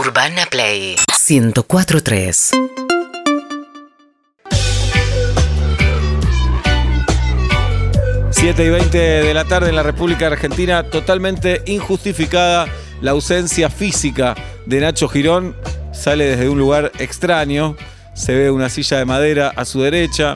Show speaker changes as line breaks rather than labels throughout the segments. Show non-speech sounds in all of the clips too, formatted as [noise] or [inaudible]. Urbana Play 1043.
Siete y 20 de la tarde en la República Argentina, totalmente injustificada la ausencia física de Nacho Girón. Sale desde un lugar extraño, se ve una silla de madera a su derecha,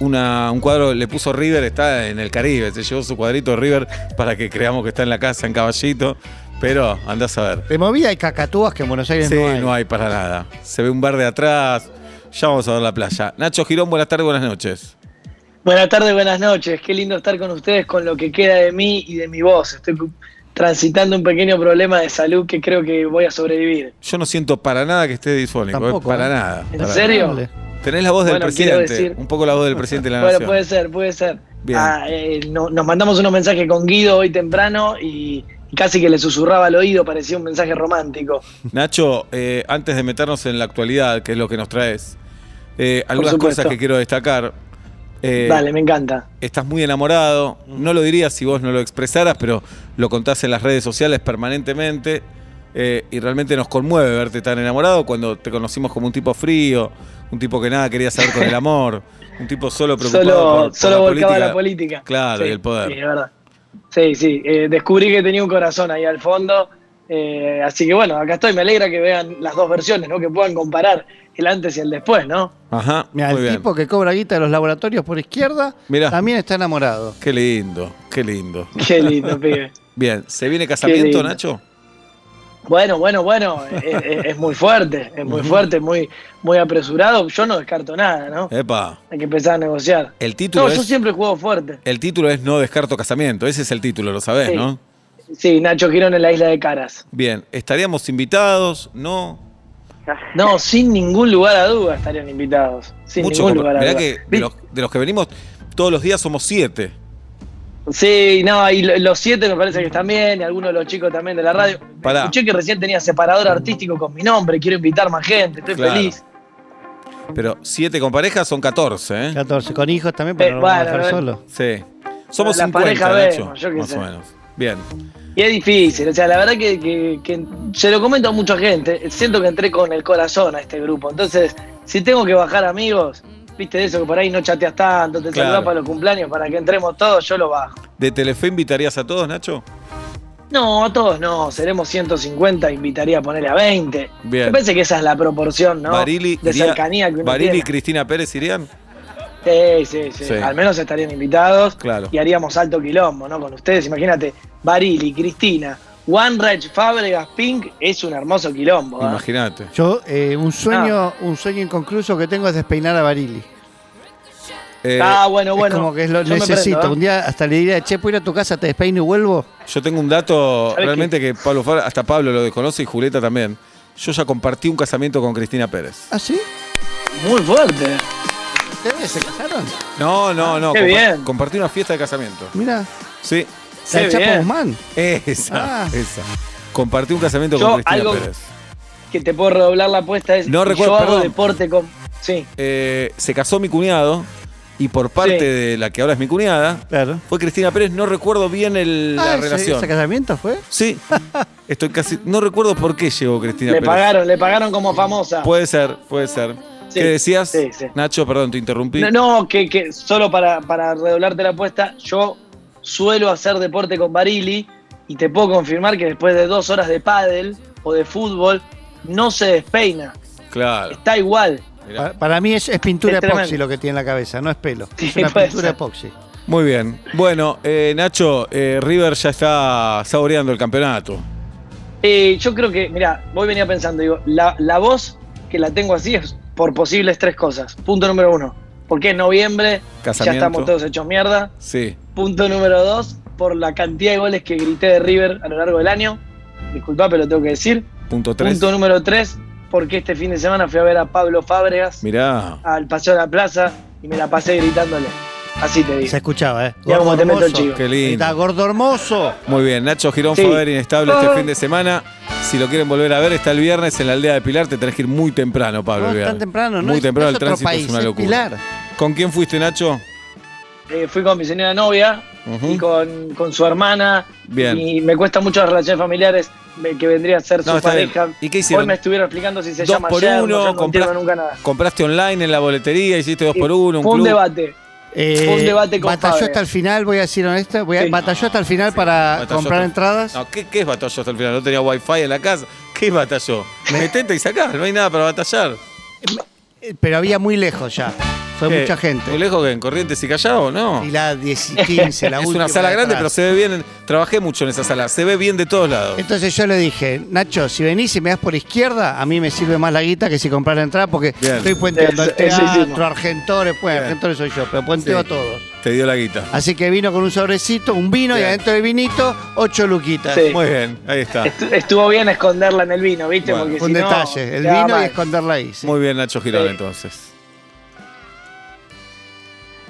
una- un cuadro le puso River, está en el Caribe, se llevó su cuadrito de River para que creamos que está en la casa, en caballito, pero andás a ver.
De movida hay cacatúas que en Buenos Aires
Sí,
no hay.
no hay para nada. Se ve un bar de atrás, ya vamos a ver la playa. Nacho Girón, buenas tardes, buenas noches.
Buenas tardes, buenas noches. Qué lindo estar con ustedes con lo que queda de mí y de mi voz. Estoy cu- transitando un pequeño problema de salud que creo que voy a sobrevivir.
Yo no siento para nada que esté disfónico, eh,
Tampoco,
para
¿eh?
nada.
¿En
para
serio?
Dale.
Tenés la voz del
Bueno, quiero
presidente.
decir-
Un poco la
[laughs]
voz del presidente de la
Bueno,
nación.
puede ser, puede ser.
Bien.
Ah, eh, no- nos mandamos unos mensajes con Guido hoy temprano y casi que le susurraba al oído, parecía un mensaje romántico.
Nacho, eh, antes de meternos en la actualidad, que es lo que nos traes, eh, algunas
supuesto.
cosas que quiero destacar. Eh,
Dale, me encanta.
Estás muy enamorado. No lo dirías si vos no lo expresaras, pero lo contás en las redes sociales permanentemente. eh, y realmente nos conmueve verte tan enamorado cuando te conocimos como un tipo frío, un tipo que nada quería saber con
[laughs]
el amor, un tipo solo preocupado
Solo,
por, por
solo
la
volcaba
política.
la política.
Claro,
Sí,
y el poder.
Sí, es verdad. Sí, sí. eh, descubrí que tenía un corazón ahí al fondo. eh, así que bueno, acá estoy. Me alegra que vean las dos versiones, ¿no? Que puedan comparar el antes y el después, ¿no? [laughs]
Ajá.
Mirá,
muy
el
bien.
tipo que cobra guita de los laboratorios por izquierda
Mirá.
también está enamorado.
Qué lindo, qué lindo.
Qué lindo, pibe.
Bien, ¿se viene casamiento,
lindo.
Nacho?
Bueno, bueno, bueno. eh, eh, Es, muy fuerte, es muy fuerte, muy, muy apresurado. Yo no descarto nada, ¿no?
Epa.
Hay que empezar a negociar.
El título,
No, yo
es,
siempre juego fuerte.
el título es No descarto casamiento. Ese es el título, lo sabés,
Sí.
¿no?
Sí, Nacho Girón en la isla de Caras.
Bien, ¿estaríamos invitados? No.
No, sin ningún lugar a duda estarían invitados. Sin ningún
compro-
lugar a
Mirá
duda.
que de los, de los que venimos todos los días somos siete.
Sí, no, y lo- los siete me parece que están bien, y algunos de los chicos también de la radio.
Pará.
Escuché que recién tenía separador artístico con mi nombre, quiero invitar más gente, estoy
Claro.
feliz.
Pero siete con pareja son 14, ¿eh?
14, con hijos también, pero
Eh,
no lo van a
bueno,
dejar
no-
solo.
Sí. Somos
La
50,
pareja
Nacho,
vemos, yo qué
más
sé.
o menos. Bien.
Y es difícil, o sea, la verdad que, que- que se lo comento a mucha gente, siento que entré con el corazón a este grupo, entonces, si tengo que bajar amigos, viste de eso que por ahí no chateas tanto, te
Claro.
saludás para los cumpleaños, para que entremos todos, yo lo bajo.
¿De Telefe invitarías a todos, Nacho?
No, a todos no, seremos 150, invitaría a ponerle a 20.
Bien.
Me parece que esa es la proporción, ¿no?
Barili,
de
iría-
cercanía que uno
Barili y
tiene.
Cristina Pérez irían.
Sí, sí, sí,
Sí.
Al menos estarían invitados
Claro.
y haríamos alto quilombo, ¿no? Con ustedes, imagínate, Barili, Cristina, One Rage, Fábregas, Pink, es un hermoso quilombo. ¿ah?
Imagínate.
Yo, eh, un sueño, un sueño inconcluso que tengo es despeinar a Barili.
Eh,
ah, bueno, bueno.
es como que es lo
yo me
necesito.
prendo, ¿ah?
Un día hasta le diría, che, ¿puedo ir a tu casa, te despeino y vuelvo?
Yo tengo un dato
¿Sabes
realmente que Pablo Far, hasta Pablo lo desconoce y Julieta también. Yo ya compartí un casamiento con Cristina Pérez.
¿Ah, sí?
¿eh? Muy fuerte.
¿Ustedes se casaron?
No, no, no.
qué
compa-
bien.
Compartí una fiesta de casamiento.
Mira,
Sí,
la
Qué
de Chapo
bien.
Guzmán.
esa,
Ah.
esa. Compartí un casamiento
Yo
con Cristina
algo-
Pérez.
Que te puedo redoblar la apuesta. Es,
No
y
recuerdo,
Yo hago
perdón.
deporte con. Sí.
Eh, se casó mi cuñado y por parte
Sí.
de la que ahora es mi cuñada
Claro.
fue Cristina Pérez. No recuerdo bien el- la
Ah, ¿ese,
relación.
ese casamiento fue?
Sí, estoy casi. No recuerdo por qué llegó Cristina
Le
Pérez.
pagaron, le pagaron como famosa.
Puede ser, puede ser.
Sí,
¿Qué decías?
sí, sí.
Nacho, perdón, te interrumpí.
No, no, que, que solo para, para redoblarte la apuesta, yo suelo hacer deporte con Barili y te puedo confirmar que después de dos horas de pádel o de fútbol no se despeina,
Claro.
está igual.
mirá.
Pa- Para, mí es, es pintura
Es tremendo.
epoxi lo que tiene en la cabeza, no es pelo.
[laughs] Sí,
es una
puede
pintura
ser.
epoxi.
Muy bien. Bueno, eh, Nacho, eh, River ya está saboreando el campeonato.
Eh, yo creo que, mira, voy venía pensando, digo, la, la voz que la tengo así es por posibles tres cosas. Punto número uno, porque es noviembre, ya
Casamiento.
estamos todos hechos mierda.
Sí.
Punto número dos, por la cantidad de goles que grité de River a lo largo del año. Disculpa, pero tengo que decir.
Punto tres.
Punto número 3, porque este fin de semana fui a ver a Pablo Fábregas
Mirá.
al Paseo de la Plaza y me la pasé gritándole. Así te digo.
Se escuchaba, ¿eh?
Mirá cómo te meto el
hermoso.
chivo.
Qué
Está
lindo.
gordo hermoso.
Muy bien, Nacho Girón
Sí.
fue a ver Inestable este
Ah.
fin de semana. Si lo quieren volver a ver, está el viernes en la aldea de Pilar. Te tenés que ir muy temprano, Pablo.
No
el
es tan
viernes.
temprano, ¿no?
Muy
Es-
temprano,
es
el
otro
tránsito
país,
es una locura.
Pilar.
¿Con quién fuiste, Nacho?
Eh, fui con mi señora novia
Ujú.
y con, con su hermana.
Bien.
Y me cuesta mucho las relaciones familiares. me- que vendría a ser
No,
su
está
pareja.
bien. ¿Y qué hicieron?
Hoy me estuvieron explicando si se
Dos
llama
por
yerno,
uno,
yo no
compra-
entiendo nunca nada.
Compraste online en la boletería, hiciste dos
Y
por uno, un
Fue un
club.
debate. Fue un debate con
Eh, batalló
Fabio.
hasta el final, voy a decir honesta, voy a-
Sí.
batalló hasta el final para
Batalló
Ah, comprar
hasta-
entradas.
No, ¿qué, qué es batalló hasta el final? No tenía wifi en la casa. ¿Qué es batalló? Metete y sacá, no hay nada para batallar.
Eh, Pero había muy lejos ya. Fue
¿Qué?
mucha gente.
¿Muy lejos que en Corrientes y Callao, no?
Y la 10 y 15, la
[laughs] es
última
una sala
de
grande, pero
atrás. Eh,
se ve bien. en- Trabajé mucho en esa sala, se ve bien de todos lados.
Entonces yo le dije, Nacho, si venís y me das por izquierda, a mí me sirve más la guita que si compras la entrada, porque
Bien.
estoy puenteando
Eso-
el
eso hicimos.
teatro, Argentores, pues Argentores soy yo, pero puenteo
Sí.
a todos.
Te dio la guita.
Así que vino con un sobrecito, un vino
Bien.
y adentro del vinito, ocho luquitas.
Sí.
Muy bien, ahí está.
eh,
Estu- Estuvo bien esconderla en el vino, ¿viste?
Ah. Bueno,
Porque
Fue un
si no,
detalle, el
quedaba
vino y
mal.
esconderla ahí. sí. Eh.
Muy bien, Nacho Girón,
Sí.
entonces.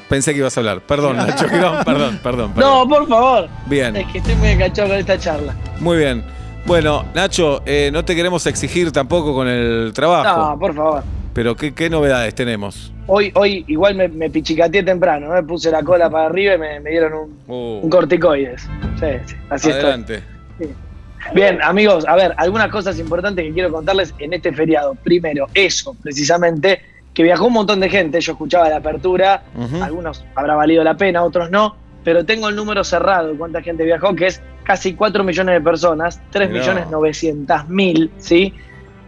Pensé que ibas a hablar. Perdón, Nacho
[laughs]
Girón, perdón, perdón.
No,
perdón.
por favor.
Bien.
Eh.
Es que estoy muy enganchado con esta charla.
Muy bien. Bueno, Nacho, eh, no te queremos exigir tampoco con el trabajo,
No, por favor.
pero ¿qué, qué novedades tenemos?
Hoy, hoy igual me, me pichicateé temprano, ¿no? me puse la cola para arriba y me, me dieron un,
Oh,
un corticoides. Sí, sí, así estoy.
adelante.
Bien, amigos, a ver, algunas cosas importantes que quiero contarles en este feriado. Primero, eso, precisamente, que viajó un montón de gente. Yo escuchaba la apertura,
Ujú.
algunos habrá valido la pena, otros no, pero tengo el número cerrado de cuánta gente viajó, que es casi 4 millones de personas, 3
Mirá.
millones 900 mil, ¿sí?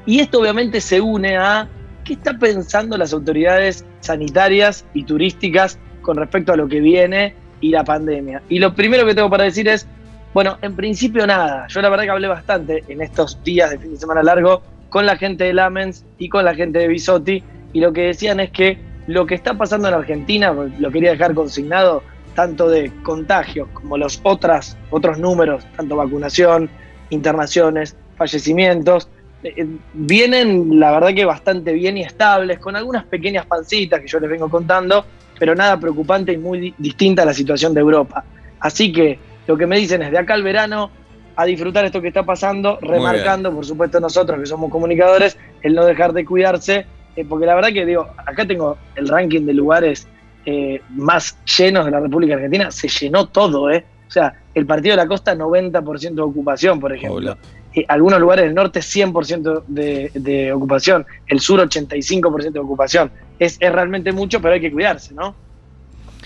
Y esto obviamente se une a qué está pensando las autoridades sanitarias y turísticas con respecto a lo que viene y la pandemia. Y lo primero que tengo para decir es, bueno, en principio nada, yo la verdad que hablé bastante en estos días de fin de semana largo con la gente de Lamens y con la gente de Bisotti, y lo que decían es que lo que está pasando en Argentina, pues, lo quería dejar consignado, tanto de contagios como los otras, otros números, tanto vacunación, internaciones, fallecimientos, eh, eh, vienen la verdad que bastante bien y estables, con algunas pequeñas pancitas que yo les vengo contando, pero nada preocupante y muy di- distinta a la situación de Europa. Así que lo que me dicen es de acá al verano a disfrutar esto que está pasando,
Muy bien.
remarcando, por supuesto, nosotros que somos comunicadores, el no dejar de cuidarse, eh, porque la verdad que digo, acá tengo el ranking de lugares eh, más llenos de la República Argentina, se llenó todo, ¿eh? O sea, el partido de la costa 90% de ocupación, por ejemplo.
Hola.
Eh, algunos lugares del norte 100% de, de ocupación, el sur 85% de ocupación. Es, es realmente mucho, pero hay que cuidarse, ¿no?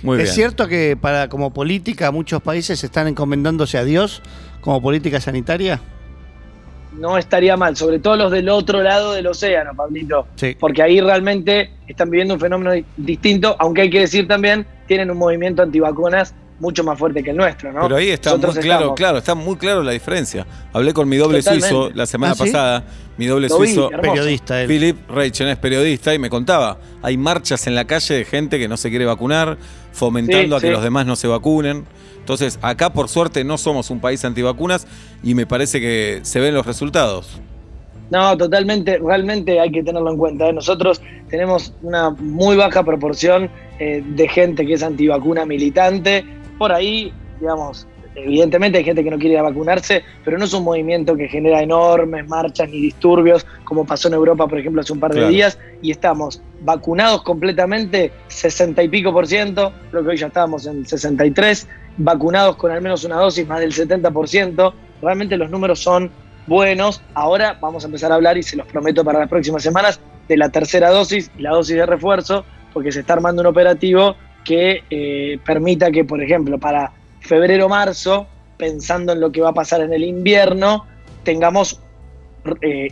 Muy
es
bien.
cierto que para como política muchos países están encomendándose a Dios como política sanitaria.
No estaría mal, sobre todo los del otro lado del océano, Pablito,
Sí.
porque ahí realmente están viviendo un fenómeno di- distinto, aunque hay que decir también, tienen un movimiento antivacunas mucho más fuerte que el nuestro, ¿no?
Pero ahí está
Nosotros
muy claro,
estamos-
claro, está muy claro la diferencia. Hablé con mi doble
Totalmente.
suizo la semana
¿Ah, sí?
pasada, mi doble
Lo vi,
suizo
hermoso.
Periodista él.
Philip Reichen es periodista y me contaba, hay marchas en la calle de gente que no se quiere vacunar, fomentando
Sí,
a que
sí.
los demás no se vacunen. Entonces, acá por suerte no somos un país antivacunas y me parece que se ven los resultados.
No, totalmente, realmente hay que tenerlo en cuenta. ¿eh? Nosotros tenemos una muy baja proporción eh, de gente que es antivacuna militante. Por ahí, digamos, evidentemente hay gente que no quiere ir a vacunarse, pero no es un movimiento que genera enormes marchas ni disturbios, como pasó en Europa, por ejemplo, hace un par de
Claro.
días, y estamos vacunados completamente, 60 y pico por ciento, creo que hoy ya estábamos en 63, vacunados con al menos una dosis, más del 70 por ciento. Realmente los números son buenos. Ahora vamos a empezar a hablar, y se los prometo para las próximas semanas, de la tercera dosis y la dosis de refuerzo, porque se está armando un operativo que eh, permita que, por ejemplo, para febrero-marzo, pensando en lo que va a pasar en el invierno, tengamos eh,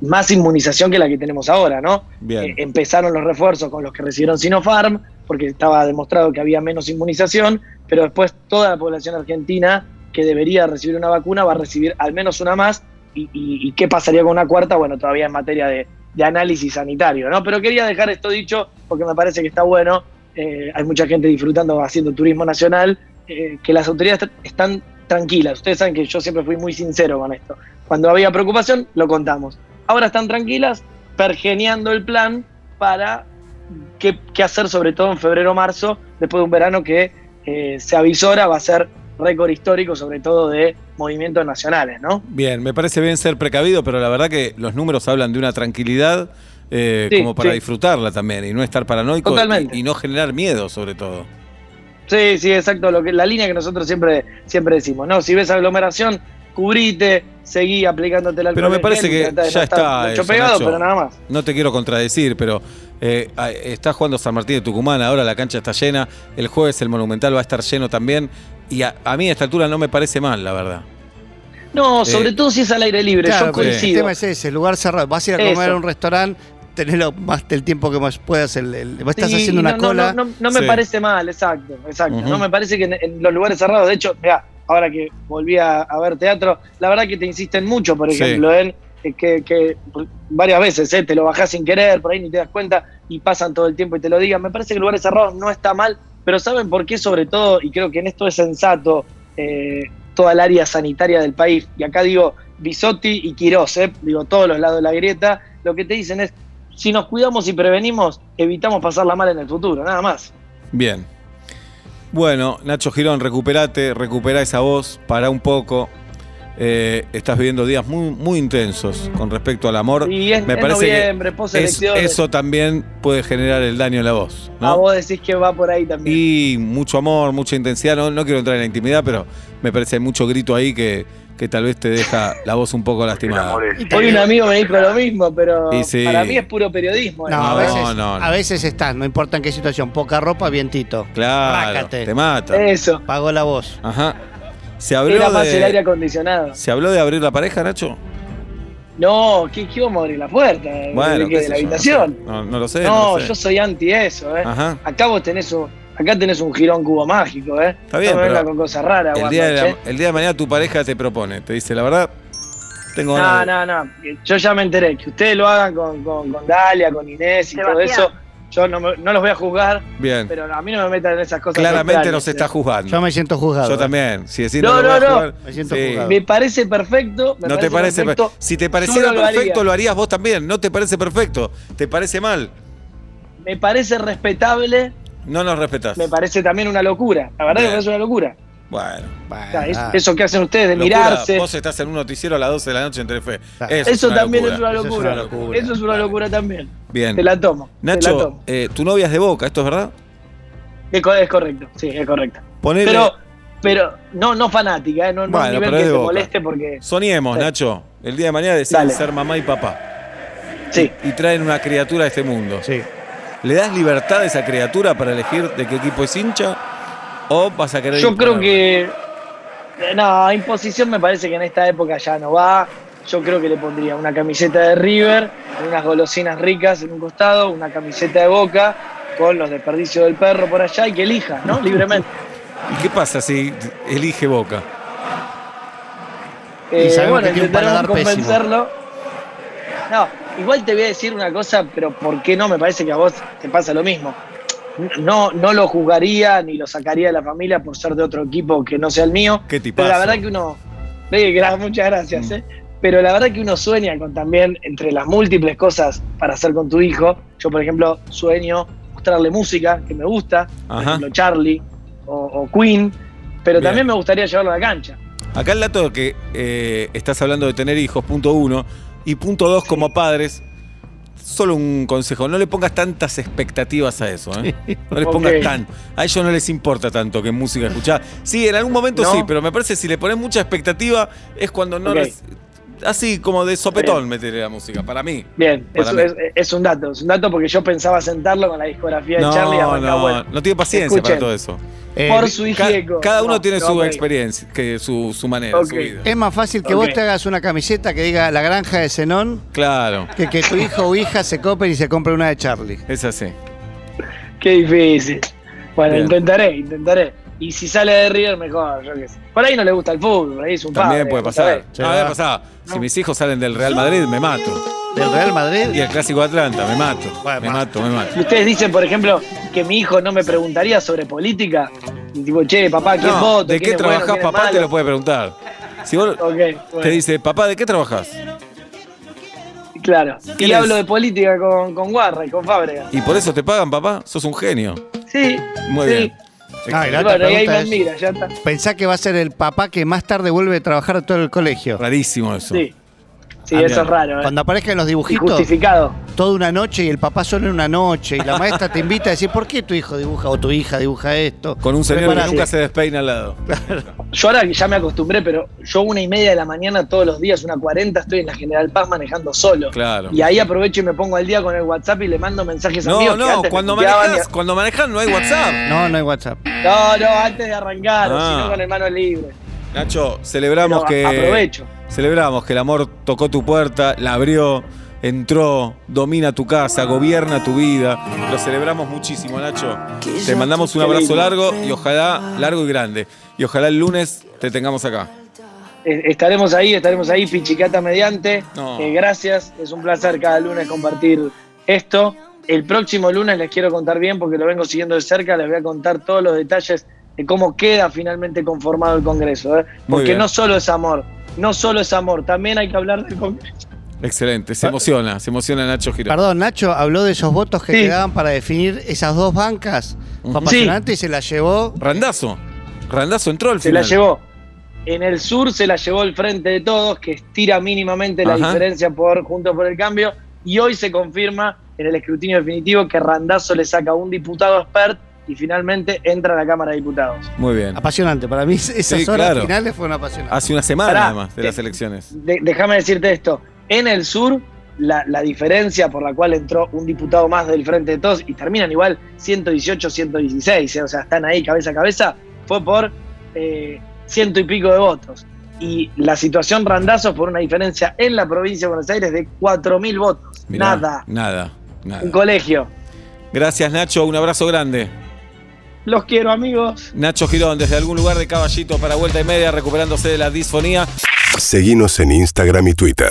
más inmunización que la que tenemos ahora, ¿no? Eh,
Bien.
empezaron los refuerzos con los que recibieron Sinopharm, porque estaba demostrado que había menos inmunización, pero después toda la población argentina que debería recibir una vacuna va a recibir al menos una más. ¿Y, y- y qué pasaría con una cuarta? Bueno, todavía es materia de, de análisis sanitario, ¿no? Pero quería dejar esto dicho porque me parece que está bueno. eh, hay mucha gente disfrutando haciendo turismo nacional, eh, que las autoridades est- están tranquilas. Ustedes saben que yo siempre fui muy sincero con esto. Cuando había preocupación, lo contamos. Ahora están tranquilas, pergeneando el plan para qué, qué hacer, sobre todo en febrero marzo, después de un verano que eh, se avisora va a ser récord histórico, sobre todo de movimientos nacionales, ¿no?
Bien, me parece bien ser precavido, pero la verdad que los números hablan de una tranquilidad eh,
Sí,
como para
sí.
disfrutarla también y no estar paranoico y-
Totalmente.
y no generar miedo sobre todo.
Sí, sí, exacto, lo que, la línea que nosotros siempre, siempre decimos, ¿no? Si ves aglomeración, cubrite, seguí aplicándote la
Pero me parece que ya está
Mucho
eso,
pegado,
Nacho.
pero nada más.
No te quiero contradecir, pero eh, ah, está jugando San Martín de Tucumán, ahora la cancha está llena, el jueves el Monumental va a estar lleno también, y a, a mí a esta altura no me parece mal, la verdad.
No,
Eh,
sobre todo si es al aire libre,
Claro,
yo
pero
porque el
coincido.
tema es ese, el lugar cerrado. Vas a ir a comer
Eso.
a un restaurante, tenés lo- más el tiempo que más puedas. El, el- vos estás
Sí,
haciendo
no,
una
no,
cola.
No, no- no me
Sí.
parece mal, exacto, exacto.
Ujú.
No me parece que en, en los lugares cerrados, de hecho, mirá, ahora que volví a, a ver teatro, la verdad que te insisten mucho, por
Sí.
ejemplo, en eh, que, que varias veces eh, te lo bajás sin querer, por ahí ni te das cuenta y pasan todo el tiempo y te lo digan. Me parece que lugares cerrados no está mal, pero ¿saben por qué sobre todo? Y creo que en esto es sensato eh, toda el área sanitaria del país. Y acá digo Bisotti y Quirós, eh, digo todos los lados de la grieta, lo que te dicen es, si nos cuidamos y prevenimos, evitamos pasarla mal en el futuro, nada más.
Bien. Bueno, Nacho Girón, recuperate, recupera esa voz, para un poco. Eh, estás viviendo días muy, muy intensos con respecto al amor.
Y es,
Me
es
parece que
noviembre,
Es-
poselecciones.
eso también puede generar el daño en la voz. ¿no?
A Ah, vos decís que va por ahí también.
Y mucho amor, mucha intensidad. No, no quiero entrar en la intimidad, pero me parece hay mucho grito ahí que, que tal vez te deja la voz un poco lastimada.
Hoy un amigo me dijo lo mismo, pero
Y sí.
para mí es puro periodismo.
No,
eh.
a
No,
veces,
no, no.
a veces estás, no importa en qué situación. Poca ropa, vientito.
Claro,
Rácate.
te mata.
Eso.
Pagó la voz.
Ajá. Se
Eh, Era
habló,
más el Eh, aire
de,
acondicionado.
¿Se habló de abrir la pareja, Nacho?
No, ¿qué, qué vamos a abrir la puerta? ¿De qué?
qué
¿De
sé
la
yo,
habitación?
No, no lo sé.
No,
lo sé. Ah.
yo soy anti eso, ¿eh?
Ajá.
Acá vos tenés un, acá tenés un girón cubo mágico, ¿eh?
Está bien,
No me venga
pero
con cosas raras,
El
Juan
día, de la-
March, ¿eh?
el día de mañana tu pareja te propone, te dice, la verdad, tengo ganas
No,
de-
no, no. Yo ya me enteré. Que ustedes lo hagan con, con, con Dalia, con Inés y todo
Sebastián.
eso. Yo no, me- no los voy a juzgar,
Bien,
pero a mí no me metan en esas cosas.
claramente
extrañas,
nos está
¿eh?
juzgando.
Yo me siento juzgado.
Yo
¿eh?
también. Si decís
No,
no, lo
no,
voy a
no.
jugar,
Me siento
Sí.
juzgado.
Me parece perfecto. me
no te parece. per-
perfecto.
Si te pareciera
Yo no lo
perfecto,
haría.
lo harías vos también. No te parece perfecto. Te parece mal.
Me parece respetable.
No nos respetás.
Me parece también una locura. La verdad
Bien.
que me parece una locura.
Bueno.
O sea, es-
Ah,
eso que hacen ustedes de
Locura,
mirarse.
Vos estás en un noticiero a las 12 de la noche en Telefe.
Claro.
Eso, es
Eso
una
también
locura.
es una
Eso es
locura.
una locura.
Eso es una locura también. Te
Bien.
la tomo. te la
Nacho,
tomo.
eh, tu novia es de Boca, ¿esto es verdad?
Es co- es correcto. Sí, es correcto.
Ponele.
Pero, pero no, no fanática, ¿eh? no, no a un
Bueno,
nivel
pero es
que
de
te
Boca.
moleste porque.
Soñemos,
Sí.
Nacho. El día de mañana deciden
Dale.
ser mamá y papá.
Sí.
Y traen una criatura a este mundo.
Sí.
¿Le das libertad a esa criatura para elegir de qué equipo es hincha? ¿O vas a querer
Yo creo
imponerle?
que. eh, No, imposición me parece que en esta época ya no va. Yo creo que le pondría una camiseta de River, unas golosinas ricas en un costado, una camiseta de boca, con los desperdicios del perro por allá y que elija,
[laughs]
¿no? Libremente.
¿Y qué pasa si elige Boca?
Y sabemos que tiene un
Eh, intentaremos
paladar pésimo.
convencerlo. No, igual te voy a decir una cosa, pero ¿por qué no? Me parece que a vos te pasa lo mismo. No, no lo juzgaría ni lo sacaría de la familia por ser de otro equipo que no sea el mío.
¿Qué
Pero
tipazo?
la verdad que uno. Eh, gra- muchas gracias,
Mm.
eh. Pero la verdad que uno sueña con también, entre las múltiples cosas para hacer con tu hijo. Yo, por ejemplo, sueño mostrarle música que me gusta, por
Ajá.
ejemplo, Charlie o, o Queen. Pero
Bien.
también me gustaría llevarlo a la cancha.
Acá el dato que eh, estás hablando de tener hijos, punto uno, y punto dos, como padres, solo un consejo, no le pongas tantas expectativas a eso, ¿eh? No les pongas
Ok.
tan. A ellos no les importa tanto qué música escuchar. Sí, en algún momento
¿No?
sí, pero me parece que si le pones mucha expectativa es cuando no
Ok.
les- Así como de sopetón meterle la música, para mí.
Bien,
Para
es,
mí.
es- es un dato, es un dato porque yo pensaba sentarlo con la discografía de Charlie y
No,
arrancaba,
no,
bueno,
no tiene paciencia para
Escuchen.
todo eso.
Eh,
por su
Ca-
hijo.
cada uno
No,
tiene
no,
su
ok.
experiencia, que su, su manera, su
Ok. Eh.
vida.
es más fácil que vos
Ok.
te hagas una camiseta que diga La Granja de Zenón
Claro,
que que tu hijo o hija se copen y se compre una de Charlie.
es así.
Qué difícil. Bueno,
Bien.
intentaré, intentaré. Y si sale de River, mejor, yo qué sé. Por ahí no le gusta el fútbol, por ahí es un
También
padre,
puede
¿sabés?
pasar.
Sí,
No,
va.
había pasado. Si mis hijos salen del Real Madrid, me mato.
Del Real Madrid.
Y el clásico de Atlanta, me mato.
Bueno,
Me
va.
mato, me mato.
Y ustedes dicen, por ejemplo, que mi hijo no me preguntaría sobre política. Y tipo, che, papá, ¿quién
No,
vota?
¿De
¿Quién
qué
es bueno,
trabajás,
quién es
papá? Te
malo?
lo puede preguntar. Si vos
Ok, bueno,
te dice, papá, ¿de qué trabajás?
claro. Y
¿Quién es?
hablo de política con, con Warra y con Fábrega.
¿Y por eso te pagan, papá? Sos un genio.
Sí.
Muy
sí.
bien.
Ah, y la otra
Bueno, y ahí
pregunta
me
es,
admira, ya está.
Pensá que va a ser el papá que más tarde vuelve a trabajar a todo el colegio.
Rarísimo eso.
Sí. Sí,
Ah,
eso
bien.
es raro. ¿eh?
Cuando aparezcan los dibujitos,
Injustificado.
toda una noche y el papá solo en una noche y la maestra te invita a decir, ¿por qué tu hijo dibuja o tu hija dibuja esto?
Con un señor que
Preparate.
nunca se despeina al lado.
Yo ahora ya me acostumbré, pero yo una y media de la mañana todos los días, una 40, estoy en la General Paz manejando solo.
Claro.
Y ahí aprovecho y me pongo al día con el WhatsApp y le mando mensajes a
No,
amigos. que
no,
antes me
cuando
puteaban
manejas, cuando manejas no hay WhatsApp.
No, no hay WhatsApp.
y- No, no, antes de arrancar,
Ah.
sino con el mano libre.
Nacho, celebramos
Pero
que.
Aprovecho.
Celebramos que el amor tocó tu puerta, la abrió, entró, domina tu casa, gobierna tu vida. Lo celebramos muchísimo, Nacho. Te mandamos un
Qué
abrazo
lindo.
largo y ojalá, largo y grande. Y ojalá el lunes te tengamos acá.
Eh, Estaremos ahí, estaremos ahí, Pichicata mediante.
No.
Eh, gracias, es un placer cada lunes compartir esto. El próximo lunes les quiero contar bien porque lo vengo siguiendo de cerca, les voy a contar todos los detalles de cómo queda finalmente conformado el Congreso. ¿eh?
Muy
Porque
bien.
no solo es amor, no solo es amor, también hay que hablar del Congreso.
Excelente,
Ah.
se emociona, se emociona Nacho Girón.
Perdón, Nacho habló de esos votos que
Sí.
quedaban para definir esas dos bancas. Fue
Ujú.
apasionante y se la llevó.
Randazo, Randazo entró al
Se
final.
la llevó. En el sur se la llevó el frente de todos, que estira mínimamente la
Ajá.
diferencia por Juntos por el Cambio. Y hoy se confirma en el escrutinio definitivo que Randazo le saca un diputado a Spert y finalmente entra a la Cámara de Diputados.
Muy bien.
Apasionante. Para mí esas
Sí,
horas
claro.
finales fueron apasionantes.
Hace una semana
Pará,
además de
te-
las elecciones.
De- déjame decirte esto. En el sur, la, la diferencia por la cual entró un diputado más del Frente de Todos y terminan igual 118, 116, eh, o sea, están ahí cabeza a cabeza, fue por eh, ciento y pico de votos. Y la situación randazos por una diferencia en la provincia de Buenos Aires de 4.000 votos.
Mirá,
Nada.
Nada,
Un
nada.
colegio.
Gracias Nacho, un abrazo grande.
Los quiero, amigos.
Nacho Girón, desde algún lugar de caballito para vuelta y media, recuperándose de la disfonía.
Seguinos en Instagram y Twitter.